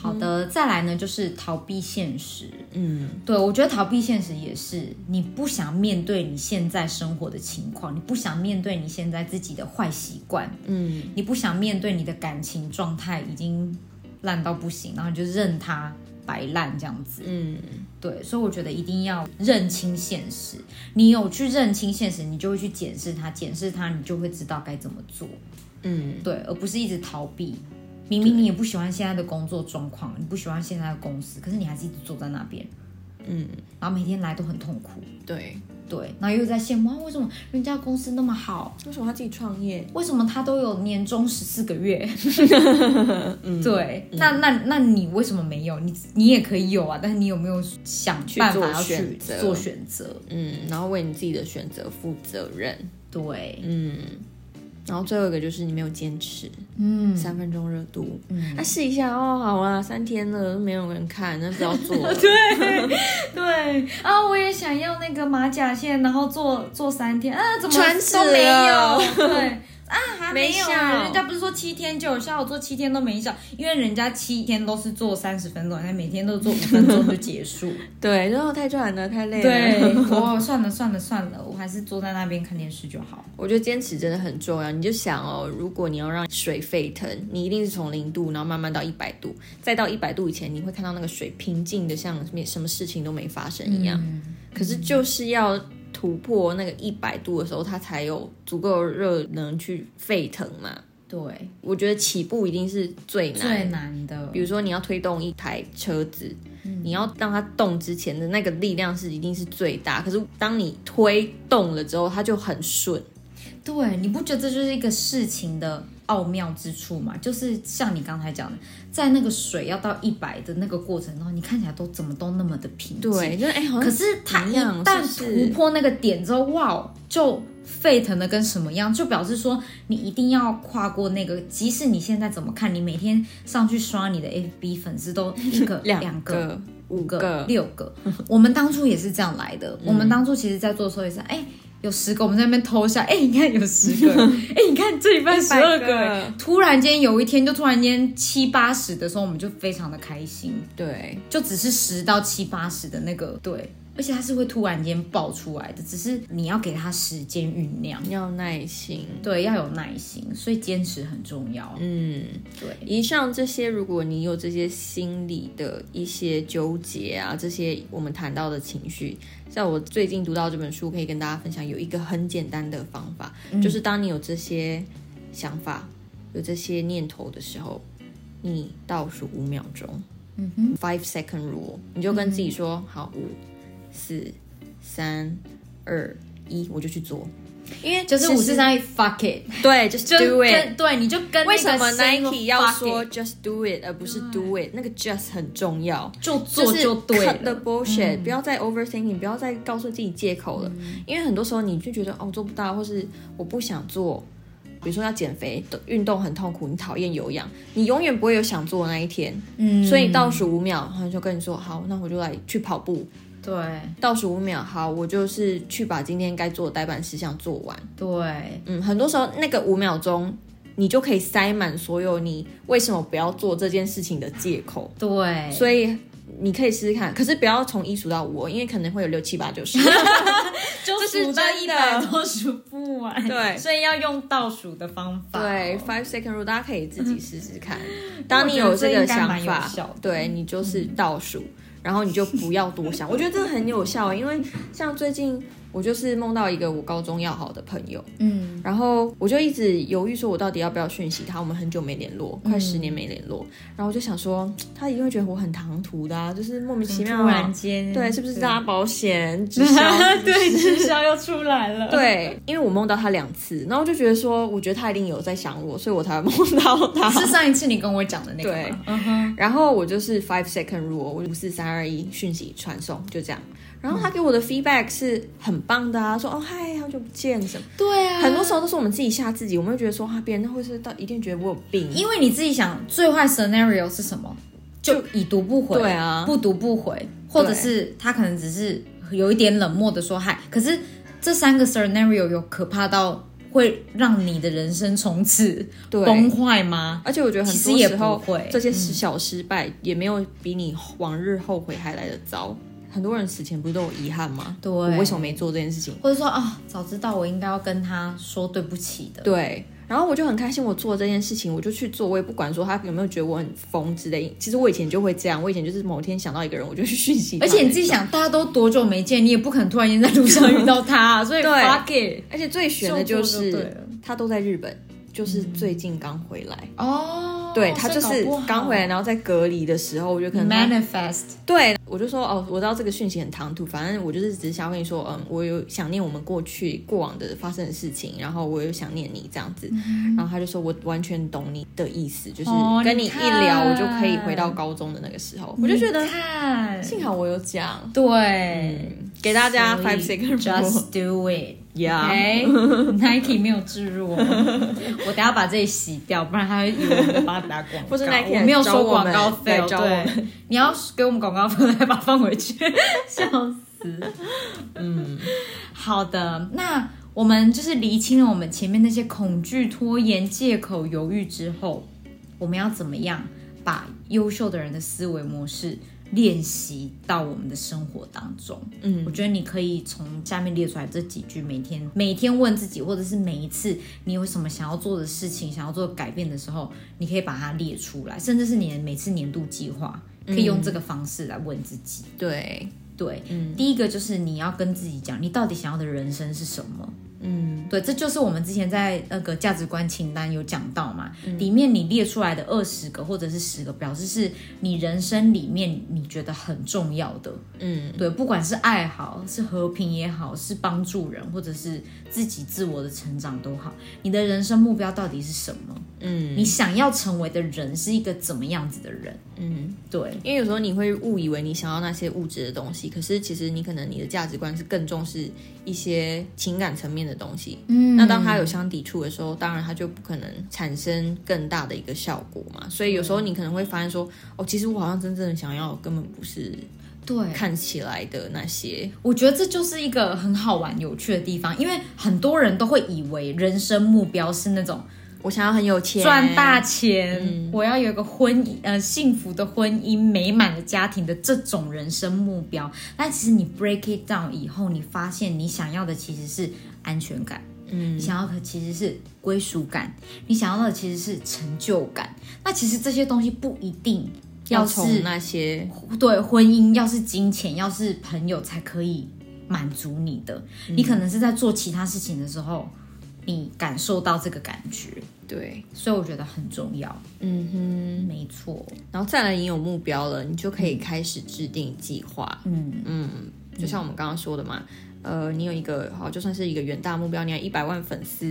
S3: 好的，再来呢就是逃避现实。
S2: 嗯，
S3: 对，我觉得逃避现实也是，你不想面对你现在生活的情况，你不想面对你现在自己的坏习惯，
S2: 嗯，
S3: 你不想面对你的感情状态已经烂到不行，然后你就任它摆烂这样子。
S2: 嗯，
S3: 对，所以我觉得一定要认清现实。你有去认清现实，你就会去检视它，检视它，你就会知道该怎么做。
S2: 嗯，
S3: 对，而不是一直逃避。明明你也不喜欢现在的工作状况，你不喜欢现在的公司，可是你还是一直坐在那边，
S2: 嗯，
S3: 然后每天来都很痛苦。
S2: 对。
S3: 对，然后又在羡慕啊，为什么人家公司那么好？
S2: 为什么他自己创业？
S3: 为什么他都有年终十四个 月？嗯对，
S2: 嗯
S3: 那那那你为什么没有？你你也可以有啊，但是你有没有想
S2: 去
S3: 办
S2: 做
S3: 法要去
S2: 选择
S3: 做选择？
S2: 嗯，然后为你自己的选择负责任。
S3: 对，
S2: 嗯，然后最后一个就是你没有坚持，
S3: 嗯
S2: 三分钟热度。
S3: 嗯
S2: 那、试一下哦，好啦，三天了，没有人看，那不要做 了。
S3: 对啊，我也想要那个马甲线，然后做做三天啊，怎么
S2: 穿刺
S3: 都没
S2: 了
S3: 有？对。啊，还没有
S2: 没效
S3: 啊！人家不是说七天就有效，我做七天都没效，因为人家七天都是做三十分钟，人家每天都做五分钟就结 束。
S2: 对，然后太赚了，太累了。
S3: 对， 我算了算了算了，我还是坐在那边看电视就好。
S2: 我觉得坚持真的很重要。你就想哦，如果你要让水沸腾，你一定是从零度，然后慢慢到一百度，再到一百度以前，你会看到那个水平静的，像没什么事情都没发生一样。可是就是要突破那个一百度的时候，它才有足够热能去沸腾嘛。
S3: 对，
S2: 我觉得起步一定是最难
S3: 最难的，
S2: 比如说你要推动一台车子，你要让它动之前的那个力量是一定是最大，可是当你推动了之后，它就很顺。
S3: 对，你不觉得这就是一个事情的奥妙之处吗？就是像你刚才讲的，在那个水要到一百的那个过程中，你看起来都怎么都那么的平静。
S2: 对，就是哎、好像
S3: 可是它
S2: 一
S3: 一
S2: 样
S3: 旦
S2: 是不是
S3: 突破那个点之后，哇哦，就沸腾的跟什么样，就表示说你一定要跨过那个。即使你现在怎么看，你每天上去刷你的 FB 粉丝都一个
S2: 两
S3: 两个
S2: 个、五
S3: 五个
S2: 个、、嗯
S3: 六个。 我们当初也是这样来的。我们当初其实，在做的时候也是，哎、有十个，我们在那边偷一下，哎、你看有十个， 哎、你看这礼拜十二
S2: 嗯100个
S3: 个。突然间有一天，就突然间七八十的时候，我们就非常的开心，
S2: 对，
S3: 就只是十到七八十的那个对。而且它是会突然间爆出来的，只是你要给它时间酝酿，
S2: 要耐心。
S3: 对，要有耐心，所以坚持很重要。
S2: 嗯，
S3: 对，
S2: 以上这些，如果你有这些心理的一些纠结啊，这些我们谈到的情绪，在我最近读到这本书，可以跟大家分享有一个很简单的方法，
S3: 嗯
S2: 就是当你有这些想法、有这些念头的时候，你倒数五秒钟，
S3: 嗯哼，嗯
S2: five second rule，你就跟自己说、好五、四、三、二、一，我就去做。因为
S3: 就是
S2: 其
S3: 五
S2: 实
S3: 四三 fuck it，
S2: 对，just
S3: 就
S2: do it。
S3: 跟对，你就跟
S2: 为什
S3: 那个
S2: 么
S3: saying
S2: Nike 要
S3: fuck it
S2: 说 just do it 而不是 do it？那个 just 很重要。
S3: 就嗯做就对
S2: 就是 cut the
S3: 了。嗯
S2: bullshit，、不要再 overthinking，不要再告诉自己借口了，因为很多时候你就觉得哦，我做不到，或是我不想做。比如说要减肥，运动很痛苦，你讨厌有氧，你永远不会有想做的那一天。
S3: 嗯
S2: 所以倒数五秒，然后就跟你说好，那我就来去跑步。
S3: 对
S2: 倒数五秒，好，我就是去把今天该做的代办事项做完。
S3: 对，
S2: 嗯，很多时候那个五秒钟，你就可以塞满所有你为什么不要做这件事情的借口。
S3: 对，
S2: 所以你可以试试看，可是不要从一数到五哦，因为可能会有六七八九十。
S3: 就
S2: 这
S3: 数到
S2: 是真
S3: 一
S2: 的
S3: 百都数不完，
S2: 对
S3: 所以要用倒数的方法。
S2: 对，five second rule，大家可以自己试试看。当你
S3: 我觉得这
S2: 有个
S3: 应该
S2: 想
S3: 蛮有
S2: 法
S3: 效的，
S2: 对你就是倒数，然后你就不要多想。我觉得这个很有效，因为像最近我就是梦到一个我高中要好的朋友，
S3: 嗯，
S2: 然后我就一直犹豫，说我到底要不要讯息他？我们很久没联
S3: 嗯
S2: 络，快十年没联络。然后我就想说，他一定会觉得我很唐突的、啊，就是莫名其妙、
S3: 突然，间，
S2: 对，是不是
S3: 大
S2: 大
S3: 家？
S2: 家保险直销？
S3: 对， 直销又出来了。，
S2: 对，因为我梦到他两次，然后我就觉得说，我觉得他一定有在想我，所以我才会梦到他。
S3: 是上一次你跟我讲的那个
S2: 对
S3: 吗？嗯哼，
S2: 然后我就是 five second rule，我五四三二一讯息传送，就这样。然后他给我的 feedback 是很棒的啊，说哦嗨，好久不见什么。
S3: 对啊，
S2: 很多时候都是我们自己吓自己，我们会觉得说啊，别人会是到一定觉得我有病，
S3: 因为你自己想最坏 scenario 是什么，就已读不回，
S2: 对啊
S3: 不读不回，或者是他可能只是有一点冷漠的说嗨，可是这三个 scenario 有可怕到会让你的人生从此
S2: 对
S3: 崩坏吗？
S2: 而且我觉得很
S3: 其
S2: 多
S3: 实也
S2: 时候
S3: 不会嗯
S2: 这些小失败也没有比你往日后悔还来的糟。很多人死前不是都有遗憾吗？
S3: 对
S2: 我为什么没做这件事情？
S3: 或者说啊、早知道我应该要跟他说对不起的。
S2: 对，然后我就很开心，我做了这件事情，我就去做，我也不管说他有没有觉得我很疯之类。其实我以前就会这样，我以前就是某天想到一个人，我就去讯息他
S3: 而
S2: 那种。
S3: 且你自 己想，大家都多久没见，你也不可能突然间在路上遇到他、 所以
S2: 对
S3: fuck it。
S2: 而且最悬的就
S3: 受挫就对
S2: 是
S3: 了
S2: 他都在日本，就是最近刚回来，
S3: 嗯哦，
S2: 对他就是
S3: 这搞不好
S2: 刚回来，然后在隔离的时候，我就可能他
S3: manifest
S2: 对我就说哦，我知道这个讯息很唐突，反正我就是只是想跟你说，嗯，我有想念我们过去过往的发生的事情，然后我有想念你这样子，然后他就说我完全懂你的意思，就是
S3: 哦
S2: 跟
S3: 你
S2: 一聊，
S3: 看
S2: 我就可以回到高中的那个时候，我就觉得
S3: 你看
S2: 幸好我有讲，
S3: 对，
S2: 给大家 five
S3: Sweet,
S2: second
S3: just do it。
S2: rule，yeah，
S3: 哎、n i k e 没有置入哦， 我等下把这里洗掉，不然他会以为我们帮他打广告。
S2: 或是 Nike
S3: 我没有
S2: 来找
S3: 收
S2: 我
S3: 广
S2: 们
S3: 告费哦，
S2: 来找我们
S3: 对，你要给我们广告费，我再把它放回去， 笑死。
S2: 嗯，
S3: 好的，那我们就是厘清了我们前面那些恐惧、拖延、借口、犹豫之后，我们要怎么样把优秀的人的思维模式练习到我们的生活当中？
S2: 嗯
S3: 我觉得你可以从下面列出来这几句，每天每天问自己，或者是每一次你有什么想要做的事情、想要做的改变的时候，你可以把它列出来，甚至是你的每次年度计划，可以用这个方式来问自己。
S2: 对，
S3: 对，
S2: 嗯
S3: 第一个就是你要跟自己讲，你到底想要的人生是什么？
S2: 嗯
S3: 对，这就是我们之前在那个价值观清单有讲到嘛，
S2: 嗯
S3: 里面你列出来的二十个或者是十个，表示是你人生里面你觉得很重要的。
S2: 嗯
S3: 对，不管是爱好、是和平也好，是帮助人或者是自己自我的成长都好，你的人生目标到底是什么？
S2: 嗯
S3: 你想要成为的人是一个怎么样子的人？
S2: 嗯。
S3: 对，
S2: 因为有时候你会误以为你想要那些物质的东西，可是其实你可能你的价值观是更重视一些情感层面的东西。
S3: 嗯
S2: 那当它有相抵触的时候，当然它就不可能产生更大的一个效果嘛。所以有时候你可能会发现说，哦，其实我好像真正的想要根本不是
S3: 嗯对，
S2: 看起来的那些。
S3: 我觉得这就是一个很好玩、有趣的地方，因为很多人都会以为人生目标是那种
S2: 我想要很有钱，嗯
S3: 赚大钱，我要有一个婚姻呃幸福的婚姻、美满的家庭的这种人生目标。但其实你 break it down 以后，你发现你想要的其实是安全感。
S2: 嗯
S3: 你想要的其实是归属感，你想要的其实是成就感。那其实这些东西不一定
S2: 要
S3: 是
S2: 从那些
S3: 对婚姻，要是金钱，要是朋友才可以满足你的。
S2: 嗯
S3: 你可能是在做其他事情的时候，你感受到这个感觉，
S2: 对，
S3: 所以我觉得很重要。
S2: 嗯哼。
S3: 没错，
S2: 然后再来，你有目标了，你就可以开始制定计划。
S3: 嗯
S2: 就像我们刚刚说的嘛，呃，你有一个好，就算是一个远大目标，你要一百万粉丝，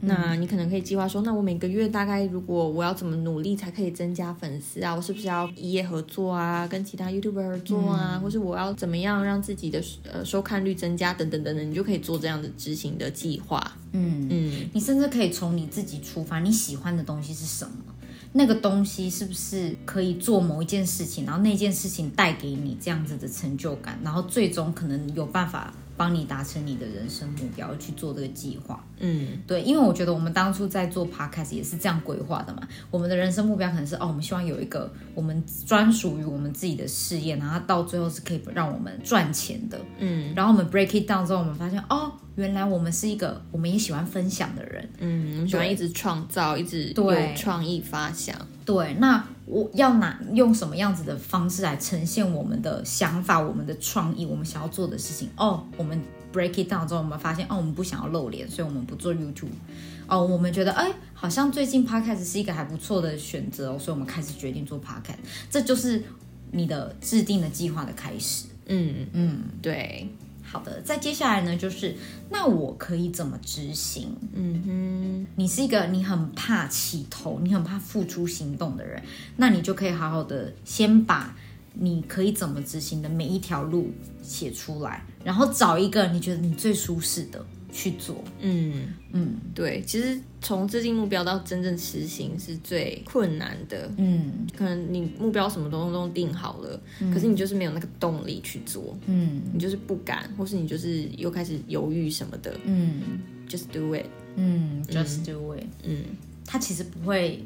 S3: 嗯
S2: 那你可能可以计划说，那我每个月大概如果我要怎么努力才可以增加粉丝啊？我是不是要一夜合作啊？跟其他 YouTuber 合作啊？
S3: 嗯
S2: 或是我要怎么样让自己的呃收看率增加等等等等，你就可以做这样的执行的计划。
S3: 嗯，
S2: 嗯
S3: 你甚至可以从你自己出发，你喜欢的东西是什么？那个东西是不是可以做某一件事情，然后那件事情带给你这样子的成就感，然后最终可能有办法帮你达成你的人生目标，去做这个计划。
S2: 嗯
S3: 对，因为我觉得我们当初在做 podcast 也是这样规划的嘛。我们的人生目标可能是哦，我们希望有一个我们专属于我们自己的事业，然后到最后是可以让我们赚钱的。
S2: 嗯
S3: 然后我们 break it down 之后，我们发现哦，原来我们是一个我们也喜欢分享的人。
S2: 嗯，我们喜欢一直创造，一直
S3: 对
S2: 有创意发想。
S3: 对，那我要拿用什么样子的方式来呈现我们的想法、我们的创意、我们想要做的事情？哦，我们 break it down 之后，我们发现哦，我们不想要露脸，所以我们不做 YouTube。哦，我们觉得哎，好像最近 podcast 是一个还不错的选择哦，所以我们开始决定做 podcast。这就是你的制定的计划的开始。
S2: 嗯，
S3: 嗯，
S2: 对，
S3: 好的。再接下来呢，就是那我可以怎么执行？
S2: 嗯哼，
S3: 你是一个你很怕起头，你很怕付诸行动的人，那你就可以好好的先把你可以怎么执行的每一条路写出来，然后找一个你觉得你最舒适的去做。
S2: 嗯，
S3: 嗯
S2: 对，其实从制定目标到真正实行是最困难的。
S3: 嗯
S2: 可能你目标什么东西都定好了，可是你就是没有那个动力去做，
S3: 嗯
S2: 你就是不敢，或是你就是又开始犹豫什么的。
S3: 嗯
S2: Just do it。
S3: 嗯，just do it。
S2: 嗯，
S3: 它其实不会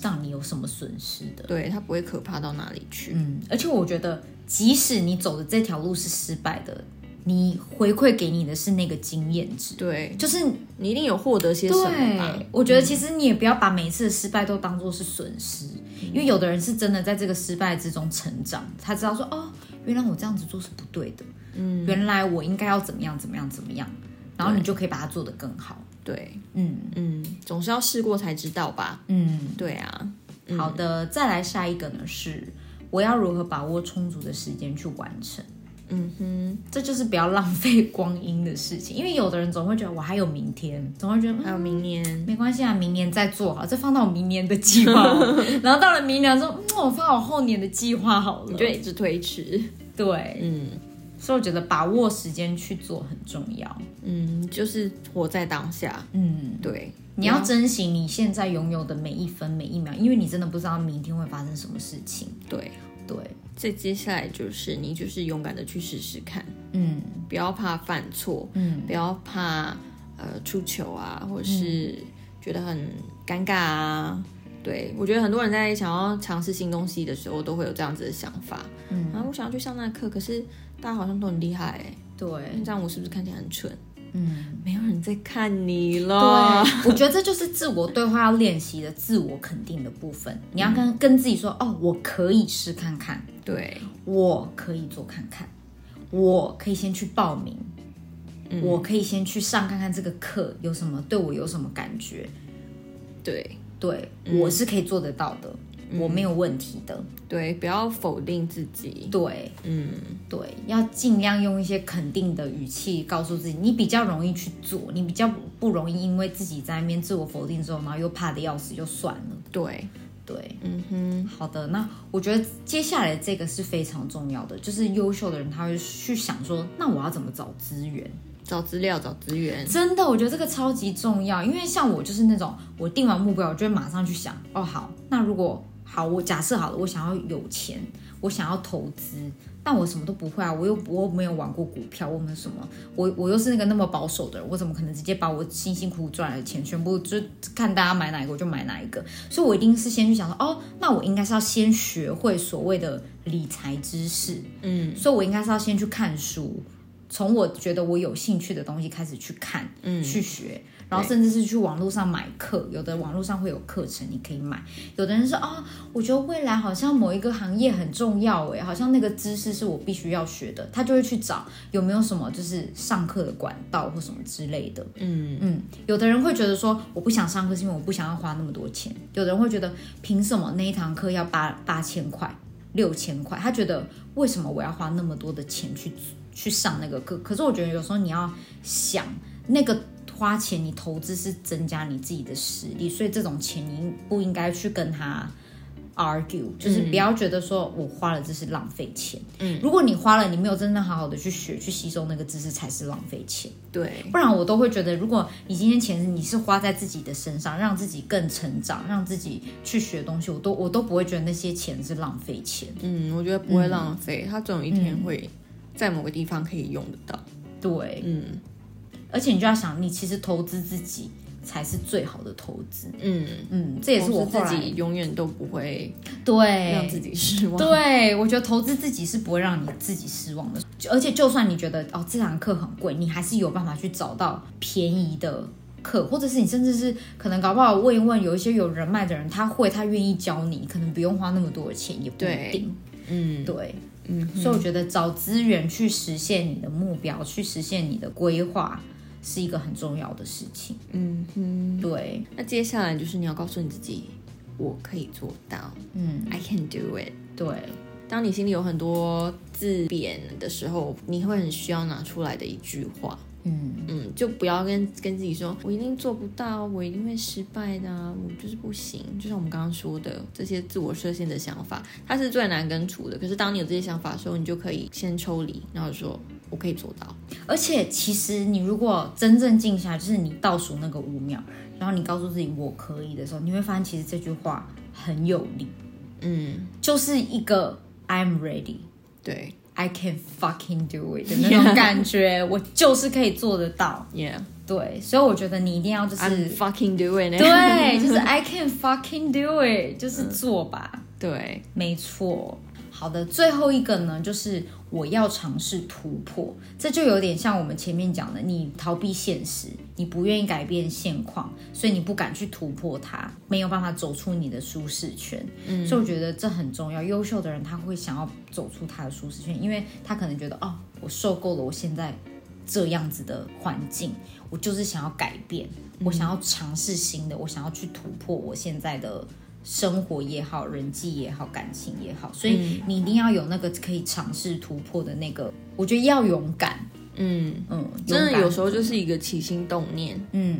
S3: 让你有什么损失的。
S2: 对，它不会可怕到哪里去。
S3: 嗯，而且我觉得，即使你走的这条路是失败的，你回馈给你的是那个经验值，
S2: 对
S3: 就是
S2: 你一定有获得些什么吧
S3: 对？，我觉得其实你也不要把每一次的失败都当做是损失，因为有的人是真的在这个失败之中成长，他知道说哦，原来我这样子做是不对的，嗯，原来我应该要怎么样怎么样怎么样，然后你就可以把它做得更好。
S2: 对，
S3: 嗯
S2: 嗯，总是要试过才知道吧？
S3: 嗯，
S2: 对啊，
S3: 好的，再来下一个呢是我要如何把握充足的时间去完成。
S2: 嗯哼，
S3: 这就是不要浪费光阴的事情，因为有的人总会觉得我还有明天，总会觉得、嗯、
S2: 还有明年，
S3: 没关系啊，明年再做好，再放到我明年的计划好了。 然后到了明年说，嗯，我放好后年的计划好了。
S2: 你就一直推迟。
S3: 对，
S2: 嗯
S3: 所以我觉得把握时间去做很重要。
S2: 嗯，就是活在当下。
S3: 嗯，
S2: 对，啊
S3: 你要珍惜你现在拥有的每一分每一秒，因为你真的不知道明天会发生什么事情。
S2: 对。
S3: 对，
S2: 再接下来就是你就是勇敢的去试试看，
S3: 嗯
S2: 不要怕犯错，
S3: 嗯
S2: 不要怕呃出糗啊，或
S3: 嗯
S2: 是觉得很尴尬啊。对，我觉得很多人在想要尝试新东西的时候，都会有这样子的想法。
S3: 嗯
S2: 啊，我想要去上那课，可是大家好像都很厉害、欸，
S3: 对
S2: 那，这样我是不是看起来很蠢？
S3: 嗯。
S2: 没有人在看你了。
S3: 对，我觉得这就是自我对话要练习的自我肯定的部分。你要跟跟自己说，哦，我可以试看看，
S2: 对，
S3: 我可以做看看，我可以先去报名，我可以先去上看看这个课有什么对我有什么感觉，
S2: 对，
S3: 对、我是可以做得到的，我没有问题的，
S2: 对，不要否定自己。
S3: 对
S2: 嗯，
S3: 对，要尽量用一些肯定的语气告诉自己，你比较容易去做，你比较不容易因为自己在那边自我否定之后，然后又怕的要死，就算了，
S2: 对，
S3: 对。
S2: 嗯哼，
S3: 好的，那我觉得接下来这个是非常重要的，就是优秀的人他会去想说，那我要怎么找资源？
S2: 找资料，找资源。
S3: 真的，我觉得这个超级重要，因为像我就是那种，我定完目标，我就会马上去想，哦，好，那如果好，我假设好了，我想要有钱，我想要投资，但我什么都不会啊，我又我又没有玩过股票，我没有什么，我我又是那个那么保守的人，我怎么可能直接把我辛辛苦苦赚来的钱全部就看大家买哪一个我就买哪一个？所以我一定是先去想说，哦，那我应该是要先学会所谓的理财知识，
S2: 嗯
S3: 所以我应该是要先去看书，从我觉得我有兴趣的东西开始去看，
S2: 嗯
S3: 去学，然后甚至是去网络上买课，有的网络上会有课程你可以买，有的人说哦，我觉得未来好像某一个行业很重要欸诶，好像那个知识是我必须要学的，他就会去找有没有什么就是上课的管道或什么之类的，
S2: 嗯，
S3: 嗯，有的人会觉得说我不想上课是因为我不想要花那么多钱，有的人会觉得凭什么那一堂课要八八千块、六千块？他觉得为什么我要花那么多的钱去去上那个课？可是我觉得有时候你要想那个。花钱，你投资是增加你自己的实力，所以这种钱你不应该去跟他 argue，就是不要觉得说我花了这是浪费钱。嗯，如果你花了，你没有真正好好的去学、去吸收那个知识，才是浪费钱。
S2: 对，
S3: 不然我都会觉得，如果你今天钱你是花在自己的身上，让自己更成长，让自己去学东西，我都我都不会觉得那些钱是浪费钱。
S2: 嗯，我觉得不会浪费，它总有一天会在某个地方可以用得到。
S3: 对，
S2: 嗯
S3: 而且你就要想，你其实投资自己才是最好的投资。
S2: 嗯，
S3: 嗯，这也是我
S2: 投
S3: 后
S2: 资自
S3: 来
S2: 己哎永远都不会让自
S3: 对。
S2: 己失望。
S3: 对，我觉得投资自己是不会让你自己失望的，就而且就算你觉得哦这堂课很贵，你还是有办法去找到便宜的课，或者是你甚至是可能搞不好问一问有一些有人脉的人，他会他愿意教你，可能不用花那么多的钱也不一
S2: 对
S3: 定。
S2: 嗯，
S3: 对，嗯，所以我觉得找资源去实现你的目标，去实现你的规划，是一个很重要的事情。
S2: 嗯哼。
S3: 对，
S2: 那接下来就是你要告诉你自己，我可以做到
S3: 嗯，
S2: ，I can do it。
S3: 对，
S2: 当你心里有很多自贬的时候，你会很需要拿出来的一句话，
S3: 嗯
S2: 嗯，就不要跟跟自己说，我一定做不到，我一定会失败的、啊，我就是不行。就像我们刚刚说的，这些自我设限的想法，它是最难根除的。可是当你有这些想法的时候，你就可以先抽离，然后说我可以做到。
S3: 而且其实你如果真正静下来，就是你倒数那个五秒，然后你告诉自己我可以的时候，你会发现其实这句话很有力，
S2: 嗯，
S3: 就是一个 I'm ready。
S2: 对
S3: I can fucking do it 的那种感觉我就是可以做得到。
S2: ，Yeah，I'm
S3: 对，所以我觉得你一定要就是
S2: fucking doing it
S3: 对，就是 I can fucking do it，就是做吧。
S2: 对，
S3: 没错。好的，最后一个呢，就是我要尝试突破，这就有点像我们前面讲的，你逃避现实，你不愿意改变现况，所以你不敢去突破它，没有办法走出你的舒适圈。嗯，所以我觉得这很重要。优秀的人他会想要走出他的舒适圈，因为他可能觉得哦，我受够了我现在这样子的环境，我就是想要改变，我想要尝试新的，我想要去突破我现在的生活也好，人际也好，感情也
S2: 嗯
S3: 好，所以你一定要有那个可以尝试突破的那个，我觉得要勇敢，
S2: 嗯，
S3: 嗯，
S2: 真的
S3: 勇敢
S2: 有时候就是一个起心动念，
S3: 嗯，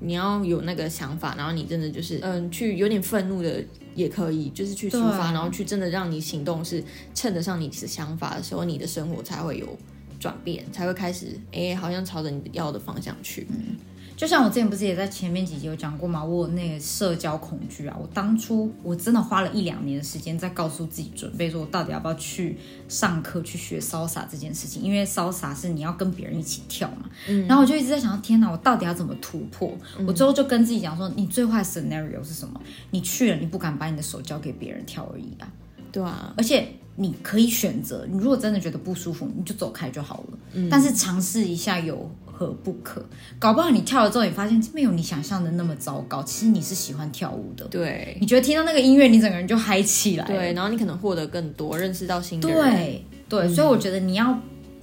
S2: 你要有那个想法，然后你真的就是嗯，去有点愤怒的也可以，就是去抒发，
S3: 对啊
S2: 然后去真的让你行动是称得上你的想法的时候，你的生活才会有转变，才会开始哎，好像朝着你要的方向去。
S3: 嗯就像我之前不是也在前面几集有讲过嘛，我有那个社交恐惧啊。我当初我真的花了一两年的时间在告诉自己，准备说我到底要不要去上课去学 salsa 这件事情，因为 salsa 是你要跟别人一起跳嘛。然后我就一直在想，天哪，我到底要怎么突破？我最后就跟自己讲说，你最坏的 scenario 是什么？你去了，你不敢把你的手交给别人跳而已啊。
S2: 对啊，
S3: 而且你可以选择，你如果真的觉得不舒服，你就走开就好了。
S2: 嗯
S3: 但是尝试一下有何不可？搞不好你跳了之后，你发现没有你想象的那么糟糕。其实你是喜欢跳舞的，
S2: 对
S3: 你觉得听到那个音乐，你整个人就嗨起来了。
S2: 对，然后你可能获得更多，认识到新的人，
S3: 对对所以我觉得你要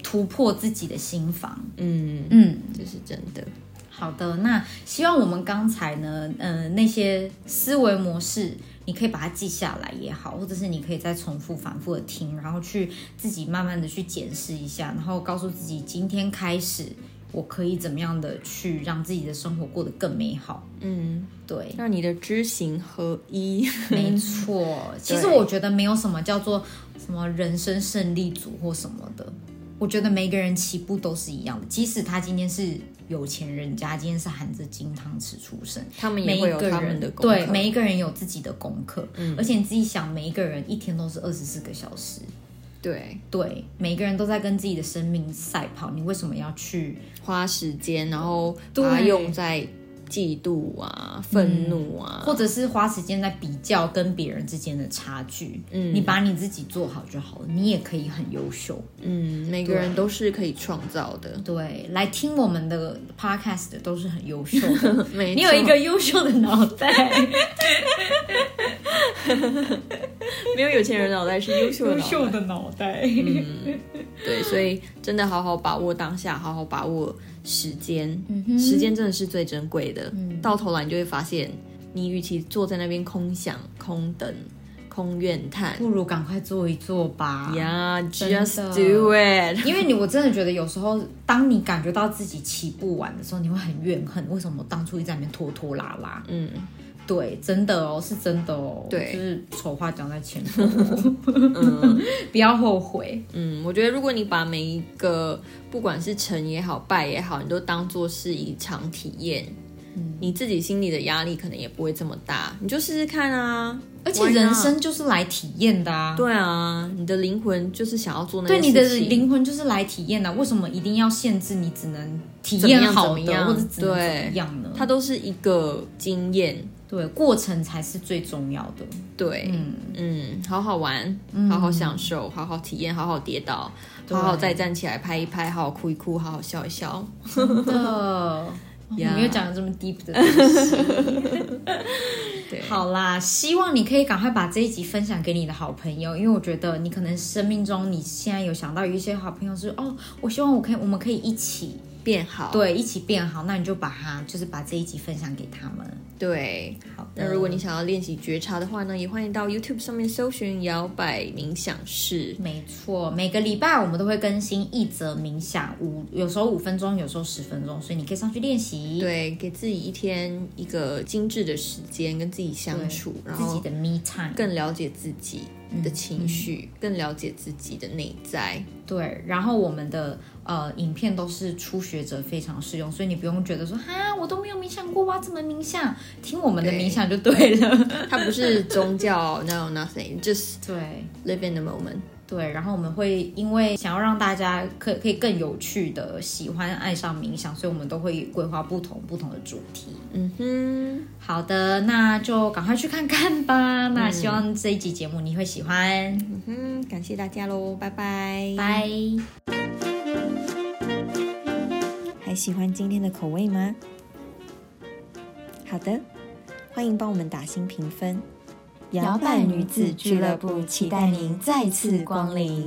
S3: 突破自己的心房。
S2: 嗯，
S3: 嗯，
S2: 这是真的。
S3: 好的，那希望我们刚才呢，呃，那些思维模式，你可以把它记下来也好，或者是你可以再重复、反复的听，然后去自己慢慢的去检视一下，然后告诉自己，今天开始，我可以怎么样的去让自己的生活过得更美好。
S2: 嗯，
S3: 对，
S2: 让你的知行合一。
S3: 没错。其实我觉得没有什么叫做什么人生胜利组或什么的，我觉得每个人起步都是一样的，即使他今天是有钱人家，今天是含着金汤匙出生。
S2: 他们
S3: 每
S2: 也
S3: 一
S2: 会有
S3: 个
S2: 他
S3: 人
S2: 们的功
S3: 对
S2: 课
S3: 每一个人有自己的功课，而且你自己想，每一个人一天都是二十四个小时，
S2: 对
S3: 对，每个人都在跟自己的生命赛跑，你为什么要去？
S2: 花时间，然后
S3: 对
S2: 把它用在嫉妒啊、愤怒啊，
S3: 或者是花时间在比较跟别人之间的差距，嗯，你把你自己做好就好了，你也可以很优秀。
S2: 嗯，每个人都是可以创造的。
S3: 对，来听我们的 podcast 的都是很优秀的，
S2: 没
S3: 你有一
S2: 错
S3: 个优秀的脑袋，
S2: 没有有钱人脑袋是优秀的脑袋，
S3: 的脑袋。
S2: 对，所以真的好好把握当下，好好把握时间，时间真的是最珍贵的。到头来你就会发现，你与其坐在那边空想、空等、空怨叹
S3: 不如赶快做一做吧。
S2: ，Yeah，just
S3: 真的
S2: do it。
S3: 因为你，我真的觉得有时候，当你感觉到自己起步晚的时候，你会很怨恨，为什么我当初一直在那边拖拖拉拉？
S2: 嗯，
S3: 对，真的哦，是真的哦，
S2: 对
S3: 就是丑话讲在前 头、不要后悔。
S2: 嗯，我觉得如果你把每一个不管是成也好、败也好，你都当做是一场体验，
S3: 嗯
S2: 你自己心里的压力可能也不会这么大。你就试试看啊，
S3: 而且
S2: Why not？
S3: 人生就是来体验的啊，
S2: 对啊，你的灵魂就是想要做那
S3: 对，
S2: 件
S3: 你
S2: 事情
S3: 的灵魂就是来体验的啊、为什么一定要限制你只能体
S2: 怎么
S3: 验
S2: 样
S3: 好
S2: 怎么
S3: 的，
S2: 样
S3: 或者只能怎么
S2: 对
S3: 样呢？
S2: 它都是一个经验。
S3: 对，过程才是最重要的。
S2: 对，嗯好好玩，
S3: 嗯
S2: 好好享受，好好体验，好好跌倒，好好再站起来拍一拍，好好哭一哭，好好笑一笑。
S3: 真 的，哦你
S2: Yeah
S3: 没有讲得这么 deep 的东 西。
S2: 对，
S3: 好啦，希望你可以赶快把这一集分享给你的好朋友，因为我觉得你可能生命中你现在有想到有一些好朋友是哦，我希望我可以，我们可以一起，
S2: 变好。
S3: 对，一起变好，那你就把它就是把这一集分享给他们。
S2: 对，
S3: 好的，
S2: 那如果你想要练习觉察的话呢，也欢迎到 YouTube 上面搜寻“摇摆冥想室
S3: 没错，每个礼拜我们都会更新一则冥想五，有时候五分钟，有时候十分钟，所以你可以上去练”。习。
S2: 对，给自己一天一个精致的时间跟自己相处，然
S3: 自己
S2: 后
S3: 的 me time，
S2: 更了解自己。的情绪，
S3: 嗯
S2: 更了解自己的内在。
S3: 对，然后我们的呃影片都是初学者非常适用，所以你不用觉得说哈，我都没有冥想过，哇，怎么冥想？听我们的
S2: 对
S3: 冥想就对了。
S2: 它不是宗教，no nothing，just
S3: 对
S2: live in the moment。
S3: 对，然后我们会因为想要让大家可可以更有趣的喜欢爱上冥想，所以我们都会规划不同不同的主题。
S2: 嗯哼，
S3: 好的，那就赶快去看看吧。那希望这一集节目你会喜欢，
S2: 嗯哼，感谢大家喽，拜拜，
S3: 拜、
S4: 还喜欢今天的口味吗？好的，欢迎帮我们打新评分。
S1: 摇摆女子俱乐部期待您再次光临。